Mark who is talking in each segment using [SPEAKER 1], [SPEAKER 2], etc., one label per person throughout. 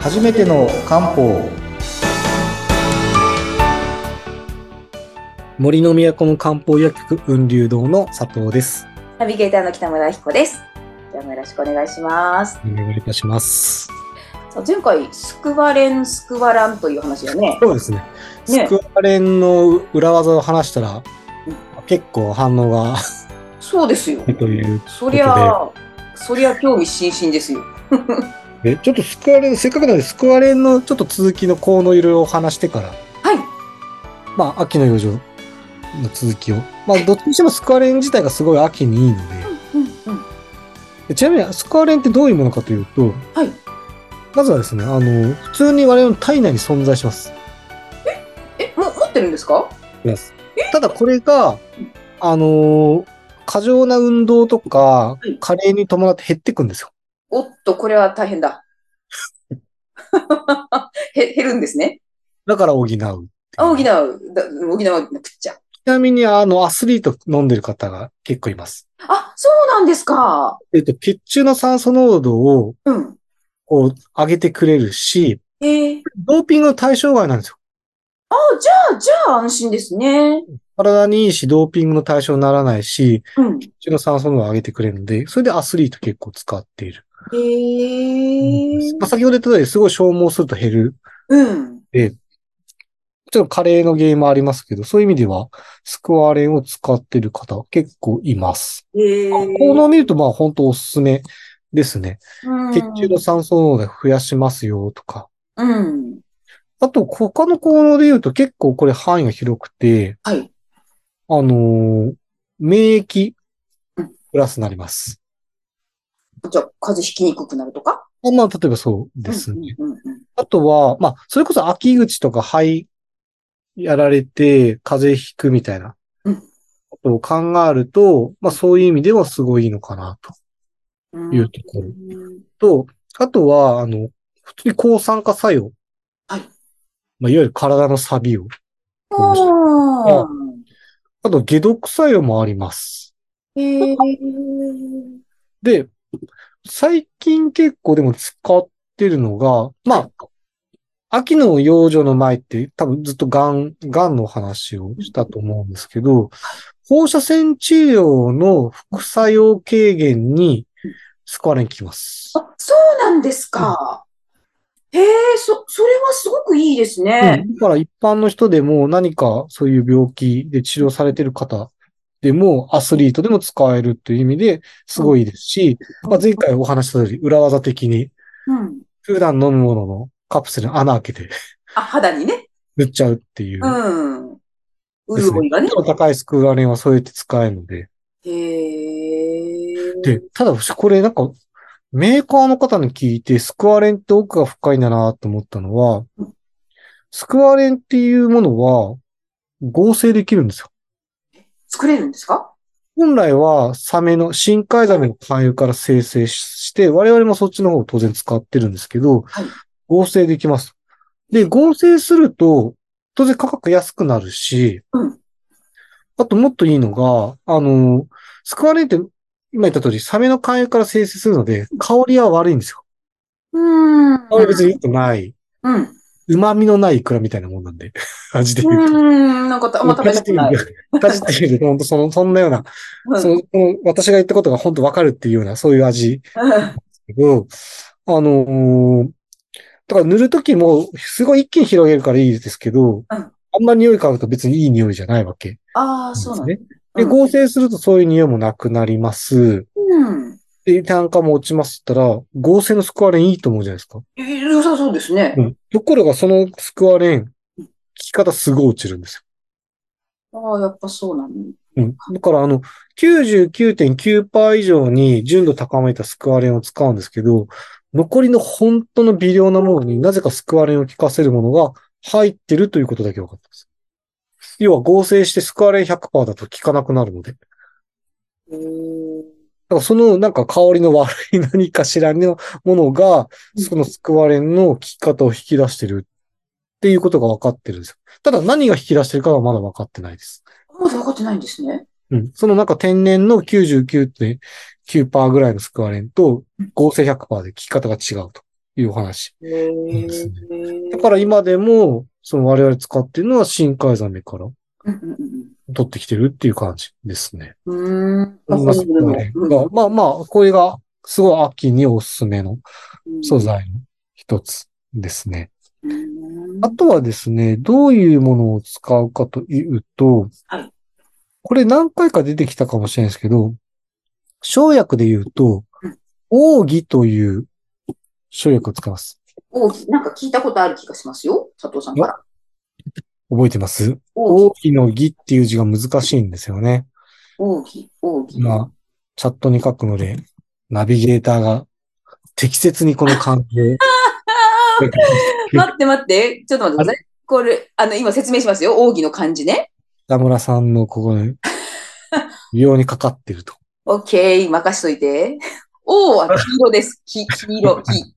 [SPEAKER 1] 初めての漢方
[SPEAKER 2] 森の都の漢方薬局雲流堂の佐藤です。
[SPEAKER 3] ナビゲーターの北村彦です。今日もよろしくお願いします。
[SPEAKER 2] お願いいたします。
[SPEAKER 3] さあ前回、スクワレン、スクワランという話がね、
[SPEAKER 2] そうですね。
[SPEAKER 3] ね
[SPEAKER 2] スクワレンの裏技を話したら
[SPEAKER 3] うん、
[SPEAKER 2] 結構反応が
[SPEAKER 3] そうですよ。
[SPEAKER 2] という。
[SPEAKER 3] そりゃ、そりゃ興味津々ですよ。
[SPEAKER 2] え、ちょっとスクワレン、せっかくなので、スクワレンのちょっと続きの効の色を話してから、
[SPEAKER 3] はい。
[SPEAKER 2] まあ、秋の養生の続きを。まあ、どっちにしてもスクワレン自体がすごい秋にいいので
[SPEAKER 3] うんうん。
[SPEAKER 2] で、ちなみにスクワレンってどういうものかというと、
[SPEAKER 3] はい。
[SPEAKER 2] まずはですね、あの、普通に我々の体内に存在します。
[SPEAKER 3] え、もう持ってるんですか
[SPEAKER 2] ただこれが、あのー過剰な運動とか
[SPEAKER 3] い、
[SPEAKER 2] 加齢に伴って減ってくんですよ。
[SPEAKER 3] おっと、これは大変だ。 へ減るんですね。
[SPEAKER 2] だから補うっていう。補
[SPEAKER 3] あ、補う、だ補わなくっちゃ。
[SPEAKER 2] ちなみに、あの、アスリート飲んでる方が結構います。
[SPEAKER 3] あ、そうなんですか。
[SPEAKER 2] えっと、血中の酸素濃度を、
[SPEAKER 3] うん。
[SPEAKER 2] こう、上げてくれるし、
[SPEAKER 3] えー、
[SPEAKER 2] ドーピングの対象外なんですよ。
[SPEAKER 3] あ、じゃあ、じゃあ安心ですね。
[SPEAKER 2] 体にいいし、ドーピングの対象にならないし、
[SPEAKER 3] うん。
[SPEAKER 2] 血中の酸素濃度を上げてくれるんで、それでアスリート結構使っている。
[SPEAKER 3] えー。
[SPEAKER 2] まあ、先ほど言った通り、すごい消耗すると減る
[SPEAKER 3] うん。
[SPEAKER 2] ちょっとカレーのゲームありますけど、そういう意味では、スクワレンを使ってる方結構います。
[SPEAKER 3] ええ
[SPEAKER 2] 効能を見ると、まあ本当おすすめですね。血中の酸素濃度増やしますよとか。
[SPEAKER 3] うん。
[SPEAKER 2] あと、他の効能で言うと結構これ範囲が広くて、
[SPEAKER 3] はい。
[SPEAKER 2] あのー免疫、
[SPEAKER 3] うん
[SPEAKER 2] プラスになります。
[SPEAKER 3] じゃあ、風邪ひきにくくなるとか
[SPEAKER 2] あまあ、例えばそうですね。
[SPEAKER 3] うんうんうん
[SPEAKER 2] あとは、まあ、それこそ秋口とか肺やられて風邪ひくみたいな
[SPEAKER 3] うん
[SPEAKER 2] ことを考えると、まあそういう意味ではすごいいいのかなと
[SPEAKER 3] うん。
[SPEAKER 2] いうところ
[SPEAKER 3] うん
[SPEAKER 2] と、あとは、あの、普通に抗酸化作用。まあ
[SPEAKER 3] はい。
[SPEAKER 2] いわゆる体のサビを。
[SPEAKER 3] あ
[SPEAKER 2] あと解毒作用もあります。
[SPEAKER 3] ーへえ
[SPEAKER 2] で、最近結構でも使ってるのが、まあ、秋の養生の前って多分ずっとがん、がんの話をしたと思うんですけど、放射線治療の副作用軽減にスコアレン効きます。
[SPEAKER 3] あ、そうなんですか。へえ、そ、それはすごくいいですね。
[SPEAKER 2] うんだから一般の人でも何かそういう病気で治療されてる方でもアスリートでも使えるっていう意味ですごいですし、まあ、前回お話しした通り裏技的に
[SPEAKER 3] うん。
[SPEAKER 2] 普段飲むもののカプセルに穴開けて
[SPEAKER 3] あ、肌にね。
[SPEAKER 2] 塗っちゃうっていうう。
[SPEAKER 3] ん。
[SPEAKER 2] です
[SPEAKER 3] 潤
[SPEAKER 2] ね
[SPEAKER 3] いがね。
[SPEAKER 2] 高いスクーラレンはそうやって使えるので。
[SPEAKER 3] へえ。
[SPEAKER 2] で、ただ、これなんか、メーカーの方に聞いて、スクワレンって奥が深いんだなと思ったのは
[SPEAKER 3] うん、
[SPEAKER 2] スクワレンっていうものは合成できるんですよ。
[SPEAKER 3] 作れるんですか
[SPEAKER 2] 本来はサメの、深海ザメの肝油から生成しして、我々もそっちの方を当然使ってるんですけど、
[SPEAKER 3] はい
[SPEAKER 2] 合成できます。で、合成すると、当然価格安くなるし、
[SPEAKER 3] うん
[SPEAKER 2] あともっといいのが、あの、スクワレンって、今言った通り、サメの肝油から生成するので、香りは悪いんですよ。
[SPEAKER 3] うん。
[SPEAKER 2] 香りは別に良くない。
[SPEAKER 3] うん。
[SPEAKER 2] 旨味のないイクラみたいなもんなんで、味で言うと。
[SPEAKER 3] うん。なんかた、あんま食べたくない。
[SPEAKER 2] タジっていうと、ほんとその、そんなような
[SPEAKER 3] う ん
[SPEAKER 2] その、その私が言ったことが本当わかるっていうような、そういう味だけど、あのーだから塗るときも、すごい一気に広げるからいいですけど、あんま匂い嗅ぐと別にいい匂いじゃないわけ
[SPEAKER 3] ああ、
[SPEAKER 2] なん
[SPEAKER 3] そうなんだ。
[SPEAKER 2] ですね。で、合成するとそういう匂いもなくなります。
[SPEAKER 3] うん。
[SPEAKER 2] で、単価も落ちますって言ったら、合成のスクワレンいいと思うじゃないですか。
[SPEAKER 3] え良さそうですね。
[SPEAKER 2] うん。ところがそのスクワレン、効き方すごい落ちるんですよ。
[SPEAKER 3] ああ、やっぱそうなの。
[SPEAKER 2] うん。だからあの、99.9%以上に純度高めたスクワレンを使うんですけど、残りの本当の微量なものになぜかスクワレンを効かせるものが入ってるということだけ分かったんです。要は合成してスクワレン100%だと効かなくなるので。だ
[SPEAKER 3] へえ
[SPEAKER 2] からそのなんか香りの悪い何かしらのものが、そのスクワレンの効き方を引き出してるっていうことが分かってるんですよ。ただ何が引き出してるかはまだ分かってないです。
[SPEAKER 3] まだ分かってないんですね。
[SPEAKER 2] うん。そのなんか天然の99.9%ぐらいのスクワレンと合成100%で効き方が違うと。いうお話。
[SPEAKER 3] へえ
[SPEAKER 2] ですねだから今でも、その我々使ってるのは深海ザメから
[SPEAKER 3] うん
[SPEAKER 2] 取ってきてるっていう感じですね。
[SPEAKER 3] うんうん。うーん。
[SPEAKER 2] まあ
[SPEAKER 3] あそうなのうん
[SPEAKER 2] まあまあ、これがすごい秋におすすめの素材の一つですね。
[SPEAKER 3] うん
[SPEAKER 2] あとはですね、どういうものを使うかというと
[SPEAKER 3] はい、
[SPEAKER 2] これ何回か出てきたかもしれないですけど、生薬で言うと
[SPEAKER 3] うん、
[SPEAKER 2] 奥義という生薬を使います。
[SPEAKER 3] 大きなんか聞いたことある気がしますよ。佐藤さんから。
[SPEAKER 2] 覚えてます
[SPEAKER 3] 大
[SPEAKER 2] 奥
[SPEAKER 3] き、
[SPEAKER 2] 義の義っていう字が難しいんですよね。
[SPEAKER 3] 大き、大き。
[SPEAKER 2] 今、チャットに書くので、ナビゲーターが適切にこの漢字 で、
[SPEAKER 3] あー待って待って。ちょっと待ってください。これ、あの、今説明しますよ。奥義の漢字ね。
[SPEAKER 2] 北村さんのここ に、微妙にかかってると。
[SPEAKER 3] オッケー、任しといて。王は黄色です。き 黄色、黄。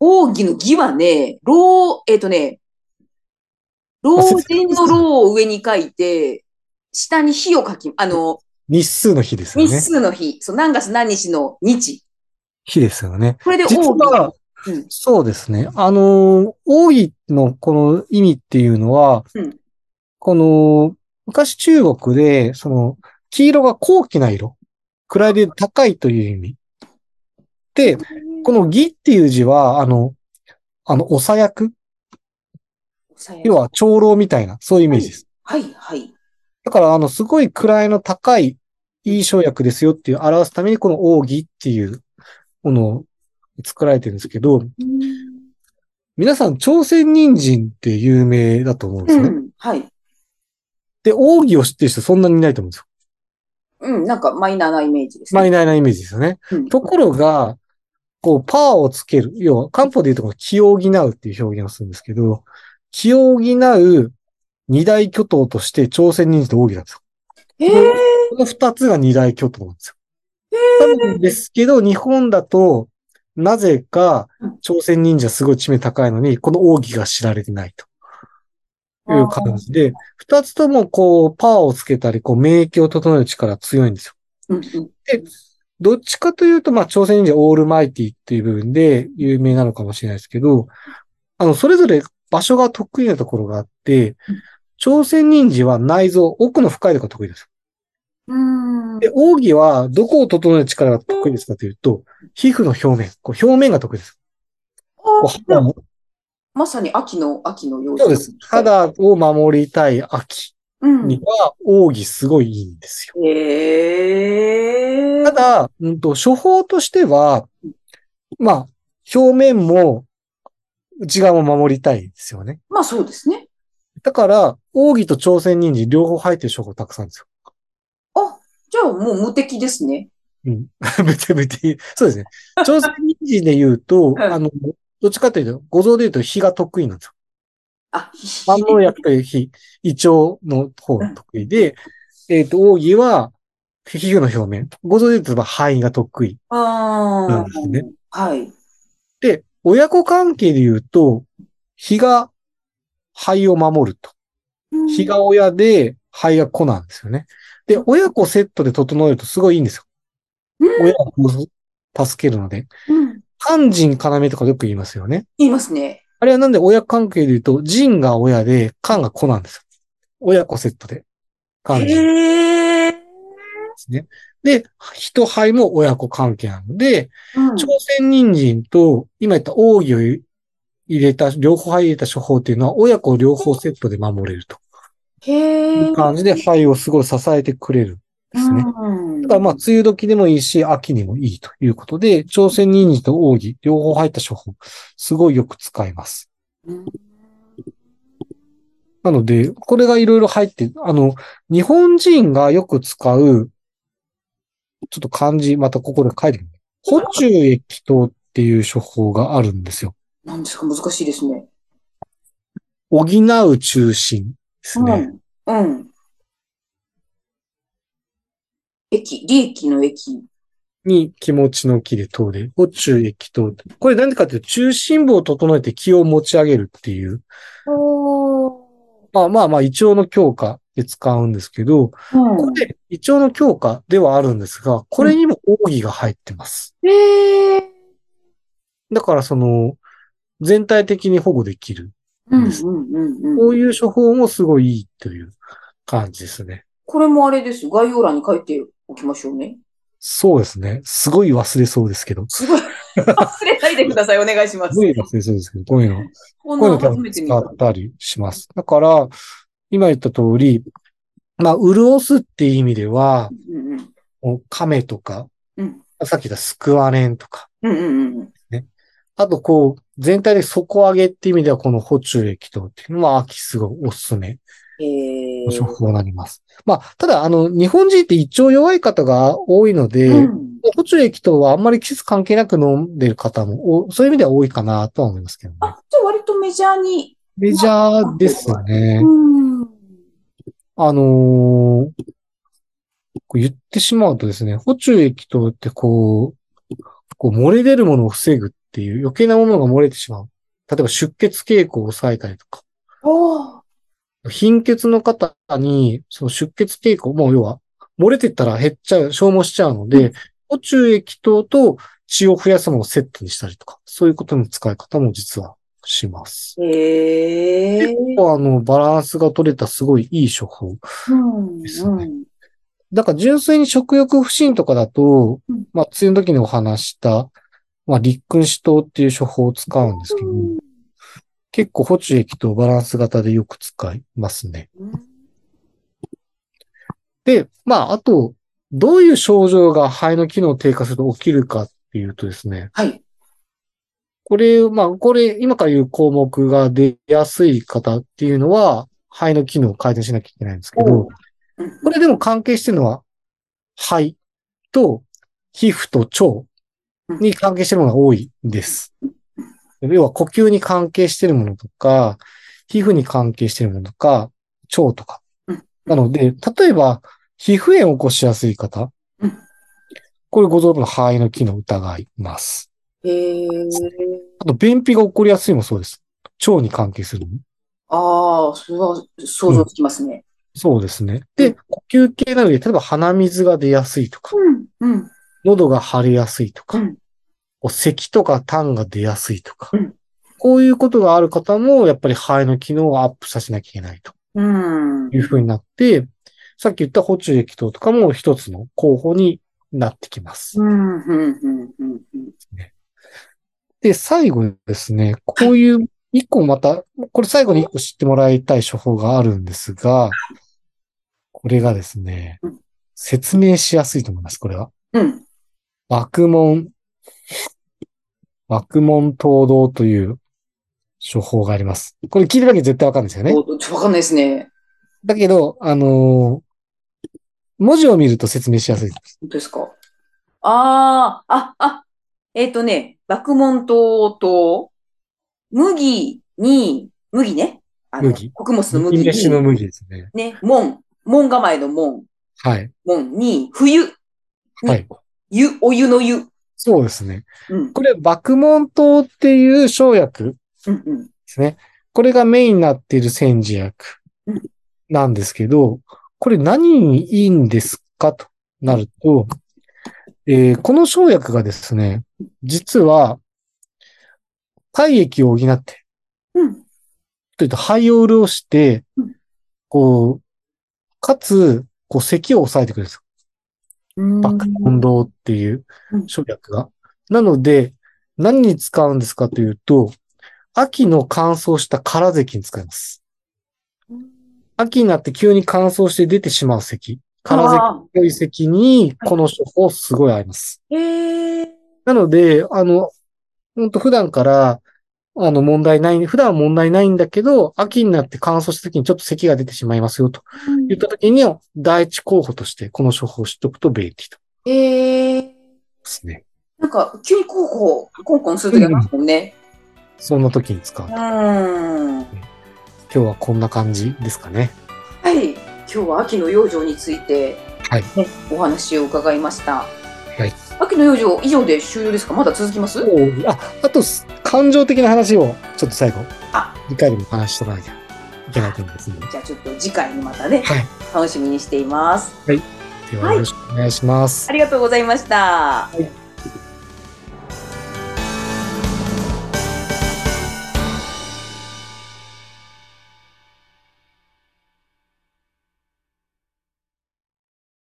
[SPEAKER 3] 奥義の義はね、老、えっ、とね、老人の老を上に書いて、下に火を書き、あの、
[SPEAKER 2] 日数の日ですよ
[SPEAKER 3] 日
[SPEAKER 2] ね。
[SPEAKER 3] 数の日、そう、何月何日の日。
[SPEAKER 2] 日ですよね。
[SPEAKER 3] これで奥
[SPEAKER 2] 実
[SPEAKER 3] 義。
[SPEAKER 2] は、
[SPEAKER 3] うん
[SPEAKER 2] そうですね。あのー、王位のこの意味っていうのは、
[SPEAKER 3] うん
[SPEAKER 2] この、昔中国で、その、黄色が高貴な色、位で高いという意味。で、この義っていう字は、あの、あの、おさやく、要は長老みたいな、そういうイメージです。
[SPEAKER 3] はい、はい。
[SPEAKER 2] だから、あの、すごい位の高い、いい生薬ですよっていう表すために、この奥義っていうものを作られてるんですけど、皆さん、朝鮮人参って有名だと思うんで
[SPEAKER 3] う
[SPEAKER 2] すね。
[SPEAKER 3] ん、はい。
[SPEAKER 2] で、奥義を知ってる人そんなにいないと思うんですよ。
[SPEAKER 3] うん、なんかマイナーなイメージですね。
[SPEAKER 2] マイナーなイメージですよね。
[SPEAKER 3] うん
[SPEAKER 2] ところが、こう、パーをつける。要は、漢方で言うとこの気を補うっていう表現をするんですけど、気を補う二大巨頭として朝鮮人参と奥義なんですよ。
[SPEAKER 3] へえ、
[SPEAKER 2] この二つが二大巨頭なんですよ。なんですけど、日本だと、なぜか
[SPEAKER 3] うん、
[SPEAKER 2] 朝鮮忍者すごい知名高いのに、この奥義が知られてないという感じで、二つともこう、パワーをつけたり、こう、免疫を整える力強いんですよ。
[SPEAKER 3] うんうん
[SPEAKER 2] どっちかというと、まあ、朝鮮忍者オールマイティっていう部分で有名なのかもしれないですけど、あの、それぞれ場所が得意なところがあって
[SPEAKER 3] うん、
[SPEAKER 2] 朝鮮忍者は内臓、奥の深いところが得意です。
[SPEAKER 3] うん。
[SPEAKER 2] で、奥義は、どこを整える力が得意ですかというと、皮膚の表面。こう表面が得意です。こう肌も
[SPEAKER 3] まさに秋の、秋の様子。
[SPEAKER 2] そうです。肌を守りたい秋
[SPEAKER 3] うん。
[SPEAKER 2] には、奥義すごいいいんですよ。
[SPEAKER 3] へえ。
[SPEAKER 2] ただ、うんと、処方としては、まあ、表面も、内側も守りたいですよね。
[SPEAKER 3] まあそうですね。
[SPEAKER 2] だから、奥義と朝鮮人参両方入ってる処方たくさんですよ。
[SPEAKER 3] あ、じゃあもう無敵ですね。
[SPEAKER 2] うん。 ぶてぶて。そうですね。朝鮮人参で言うと、
[SPEAKER 3] ん
[SPEAKER 2] あの、どっちかというと、五臓で言うと、火が得意なんですよ
[SPEAKER 3] あ、
[SPEAKER 2] 万能薬という非 胃腸の方が得意で、えっ、と、奥義は、皮膚の表面。ご存知で言えば肺が得意。
[SPEAKER 3] あ
[SPEAKER 2] なんです
[SPEAKER 3] あ、
[SPEAKER 2] ね
[SPEAKER 3] はい。
[SPEAKER 2] で、親子関係で言うと、脾が肺を守ると。脾が親で、肺が子なんですよね。で、親子セットで整えるとすごいいいんですよ。
[SPEAKER 3] うん
[SPEAKER 2] 親を助けるので。
[SPEAKER 3] うん
[SPEAKER 2] 肝腎要とかよく言いますよね。
[SPEAKER 3] 言いますね。
[SPEAKER 2] あれはなんで親関係で言うと、腎が親で、肝が子なんですよ。親子セットで。肝腎。
[SPEAKER 3] へえ。
[SPEAKER 2] ですね。で、人肺も親子関係なので、
[SPEAKER 3] うん
[SPEAKER 2] 朝鮮人参と、今言った奥義を入れた、両方入れた処方っていうのは、親子を両方セットで守れるとい
[SPEAKER 3] へえ
[SPEAKER 2] う。感じで、肺をすごい支えてくれるんですね。
[SPEAKER 3] うん
[SPEAKER 2] だからまあ、梅雨時でもいいし、秋にもいいということで、朝鮮人参と奥義、両方入った処方、すごいよく使います。
[SPEAKER 3] うん
[SPEAKER 2] なので、これがいろいろ入って、あの、日本人がよく使う、ちょっと漢字、またここで書いてみる。補中液等っていう処方があるんですよ。
[SPEAKER 3] なんですか、難しいですね。
[SPEAKER 2] 補う中心ですね。
[SPEAKER 3] うん。うん。駅、利益の駅。
[SPEAKER 2] に気持ちの気で等で、補中液等。これ何でかっていうと、中心部を整えて気を持ち上げるっていう、まあまあまあ、胃腸の強化で使うんですけど、こ
[SPEAKER 3] うん。
[SPEAKER 2] れ胃腸の強化ではあるんですが、これにも奥義が入ってます。
[SPEAKER 3] へえ。
[SPEAKER 2] だからその、全体的に保護できる。
[SPEAKER 3] うんうんうん
[SPEAKER 2] こ
[SPEAKER 3] うん。
[SPEAKER 2] ういう処方もすごいいいという感じですね。
[SPEAKER 3] これもあれです。概要欄に書いておきましょうね。
[SPEAKER 2] そうですね。すごい忘れそうですけど。
[SPEAKER 3] すごい。忘れないでください。お願いしますす
[SPEAKER 2] ご。い忘れそうですけど、こういうの。
[SPEAKER 3] こん
[SPEAKER 2] こ
[SPEAKER 3] な
[SPEAKER 2] ういうの多
[SPEAKER 3] の初め
[SPEAKER 2] 分
[SPEAKER 3] て見
[SPEAKER 2] 使
[SPEAKER 3] た。
[SPEAKER 2] ったりします。だから、今言った通り、まあ、潤すっていう意味では、
[SPEAKER 3] うんうん
[SPEAKER 2] もう亀とか、
[SPEAKER 3] うん
[SPEAKER 2] さっき言ったスクワレンとか、
[SPEAKER 3] うんうんうん。
[SPEAKER 2] あとこう、全体で底上げっていう意味では、この補中液等っていうのは、秋すごいおすすめ
[SPEAKER 3] え
[SPEAKER 2] の処方になります。まあ、ただ、あの、日本人って胃腸弱い方が多いので、
[SPEAKER 3] うん
[SPEAKER 2] 補中液等はあんまり季節関係なく飲んでる方も、おそういう意味では多いかなとは思いますけどね。
[SPEAKER 3] あ、じゃあ割とメジャーに。
[SPEAKER 2] メジャーですね。
[SPEAKER 3] うん。
[SPEAKER 2] あのーこう言ってしまうとですね、補中液等ってこう、こう漏れ出るものを防ぐっていう余計なものが漏れてしまう。例えば出血傾向を抑えたりとか、
[SPEAKER 3] おー
[SPEAKER 2] 貧血の方に、その出血傾向、もう要は、漏れてったら減っちゃう、消耗しちゃうので、補中液等と血を増やすものをセットにしたりとか、そういうことの使い方も実はします。
[SPEAKER 3] へえ。
[SPEAKER 2] 結構あの、バランスが取れたすごいいい処方
[SPEAKER 3] うん
[SPEAKER 2] ですねだから純粋に食欲不振とかだと
[SPEAKER 3] うん、
[SPEAKER 2] まあ、梅雨の時にお話した、まあ、立君死闘っていう処方を使うんですけど、結構補充液とバランス型でよく使いますね。
[SPEAKER 3] うん
[SPEAKER 2] で、まあ、あと、どういう症状が肺の機能低下すると起きるかっていうとですね、
[SPEAKER 3] はい。
[SPEAKER 2] これ、まあ、これ、今から言う項目が出やすい方っていうのは、肺の機能を改善しなきゃいけないんですけ
[SPEAKER 3] お
[SPEAKER 2] ど
[SPEAKER 3] う、うん
[SPEAKER 2] これでも関係してるのは、肺と皮膚と腸に関係してるものが多いです。要は呼吸に関係してるものとか、皮膚に関係してるものとか、腸とか
[SPEAKER 3] うん。
[SPEAKER 2] なので、例えば、皮膚炎を起こしやすい方
[SPEAKER 3] うん。
[SPEAKER 2] これご存知の肺の機能を疑います。
[SPEAKER 3] へえ。
[SPEAKER 2] あと、便秘が起こりやすいもそうです。腸に関係するもの。
[SPEAKER 3] ああ、それは想像つきますね。
[SPEAKER 2] そうですね。
[SPEAKER 3] う
[SPEAKER 2] で、呼吸系なので、例えば鼻水が出やすいとか、
[SPEAKER 3] うん。うん。
[SPEAKER 2] 喉が腫れやすいと
[SPEAKER 3] う
[SPEAKER 2] か
[SPEAKER 3] ん、
[SPEAKER 2] こう咳とか痰が出やすいとか
[SPEAKER 3] うん、
[SPEAKER 2] こういうことがある方も、やっぱり肺の機能をアップさせなきゃいけないと
[SPEAKER 3] うん。
[SPEAKER 2] いうふうになって、さっき言った補充液等とかも一つの候補になってきます。
[SPEAKER 3] うん。うん。うん。うん。
[SPEAKER 2] で、最後にですね、こういう一個また、これ最後に一個知ってもらいたい処方があるんですが、これがですね
[SPEAKER 3] うん、
[SPEAKER 2] 説明しやすいと思います、これは。
[SPEAKER 3] うん。
[SPEAKER 2] 爆門、爆門東道という処方があります。これ聞いただけで絶対わかるんですよね。
[SPEAKER 3] おちょっとわかんないですね。
[SPEAKER 2] だけど、あのー文字を見ると説明しやすい。
[SPEAKER 3] 本当ですか。ああ、あ、あ、えっ、とね、爆問糖と、麦に、麦ね。あの
[SPEAKER 2] 麦
[SPEAKER 3] 穀物の麦
[SPEAKER 2] 麦
[SPEAKER 3] に。
[SPEAKER 2] 飯の麦ですね。
[SPEAKER 3] ね、門、門構えの門、
[SPEAKER 2] はい。
[SPEAKER 3] 門に、冬、
[SPEAKER 2] はい。
[SPEAKER 3] 湯、お湯の湯。
[SPEAKER 2] そうですね。
[SPEAKER 3] うん、
[SPEAKER 2] これ、爆門糖っていう生薬で
[SPEAKER 3] うん、うん。
[SPEAKER 2] すね。これがメインになっている煎じ薬
[SPEAKER 3] うん
[SPEAKER 2] なんですけど、これ何にいいんですかとなると、えーこの生薬がですね、実は、体液を補って、
[SPEAKER 3] うん、
[SPEAKER 2] というと肺を潤して
[SPEAKER 3] うん、
[SPEAKER 2] こう、かつ、こう、咳を抑えてくれるんですよ。
[SPEAKER 3] うん。
[SPEAKER 2] 爆運動っていう
[SPEAKER 3] うん
[SPEAKER 2] 生薬が。なので、何に使うんですかというと、秋の乾燥した空咳に使います。秋になって急に乾燥して出てしまう咳。空咳、
[SPEAKER 3] あ
[SPEAKER 2] 強い咳に、この処方すごい合います。
[SPEAKER 3] ーへえ。
[SPEAKER 2] なので、あの、ほんと普段から、あの問題ない、普段は問題ないんだけど、秋になって乾燥した時にちょっと咳が出てしまいますよと言った時には、第一候補としてこの処方を知っておくと便利と
[SPEAKER 3] へえ。
[SPEAKER 2] ですね。
[SPEAKER 3] なんか、急にコンコン、コンコンするときありますもんね。
[SPEAKER 2] そんな時に使う。
[SPEAKER 3] う
[SPEAKER 2] 今
[SPEAKER 3] ん。
[SPEAKER 2] 日はこんな感じですかね。
[SPEAKER 3] はい。今日は秋の養生について、
[SPEAKER 2] はい
[SPEAKER 3] ね、お話を伺いました。
[SPEAKER 2] い
[SPEAKER 3] 秋の養生以上で終了ですかまだ続きます
[SPEAKER 2] あ、あと、感情的な話をちょっと最後、
[SPEAKER 3] あ
[SPEAKER 2] 理回でもお話しとかなきゃいけないと思いますので。
[SPEAKER 3] じゃあちょっと次回にまたね、
[SPEAKER 2] はい
[SPEAKER 3] 楽しみにしています。
[SPEAKER 2] ではよろしくお願いします。
[SPEAKER 3] ありがとうございました。
[SPEAKER 2] はい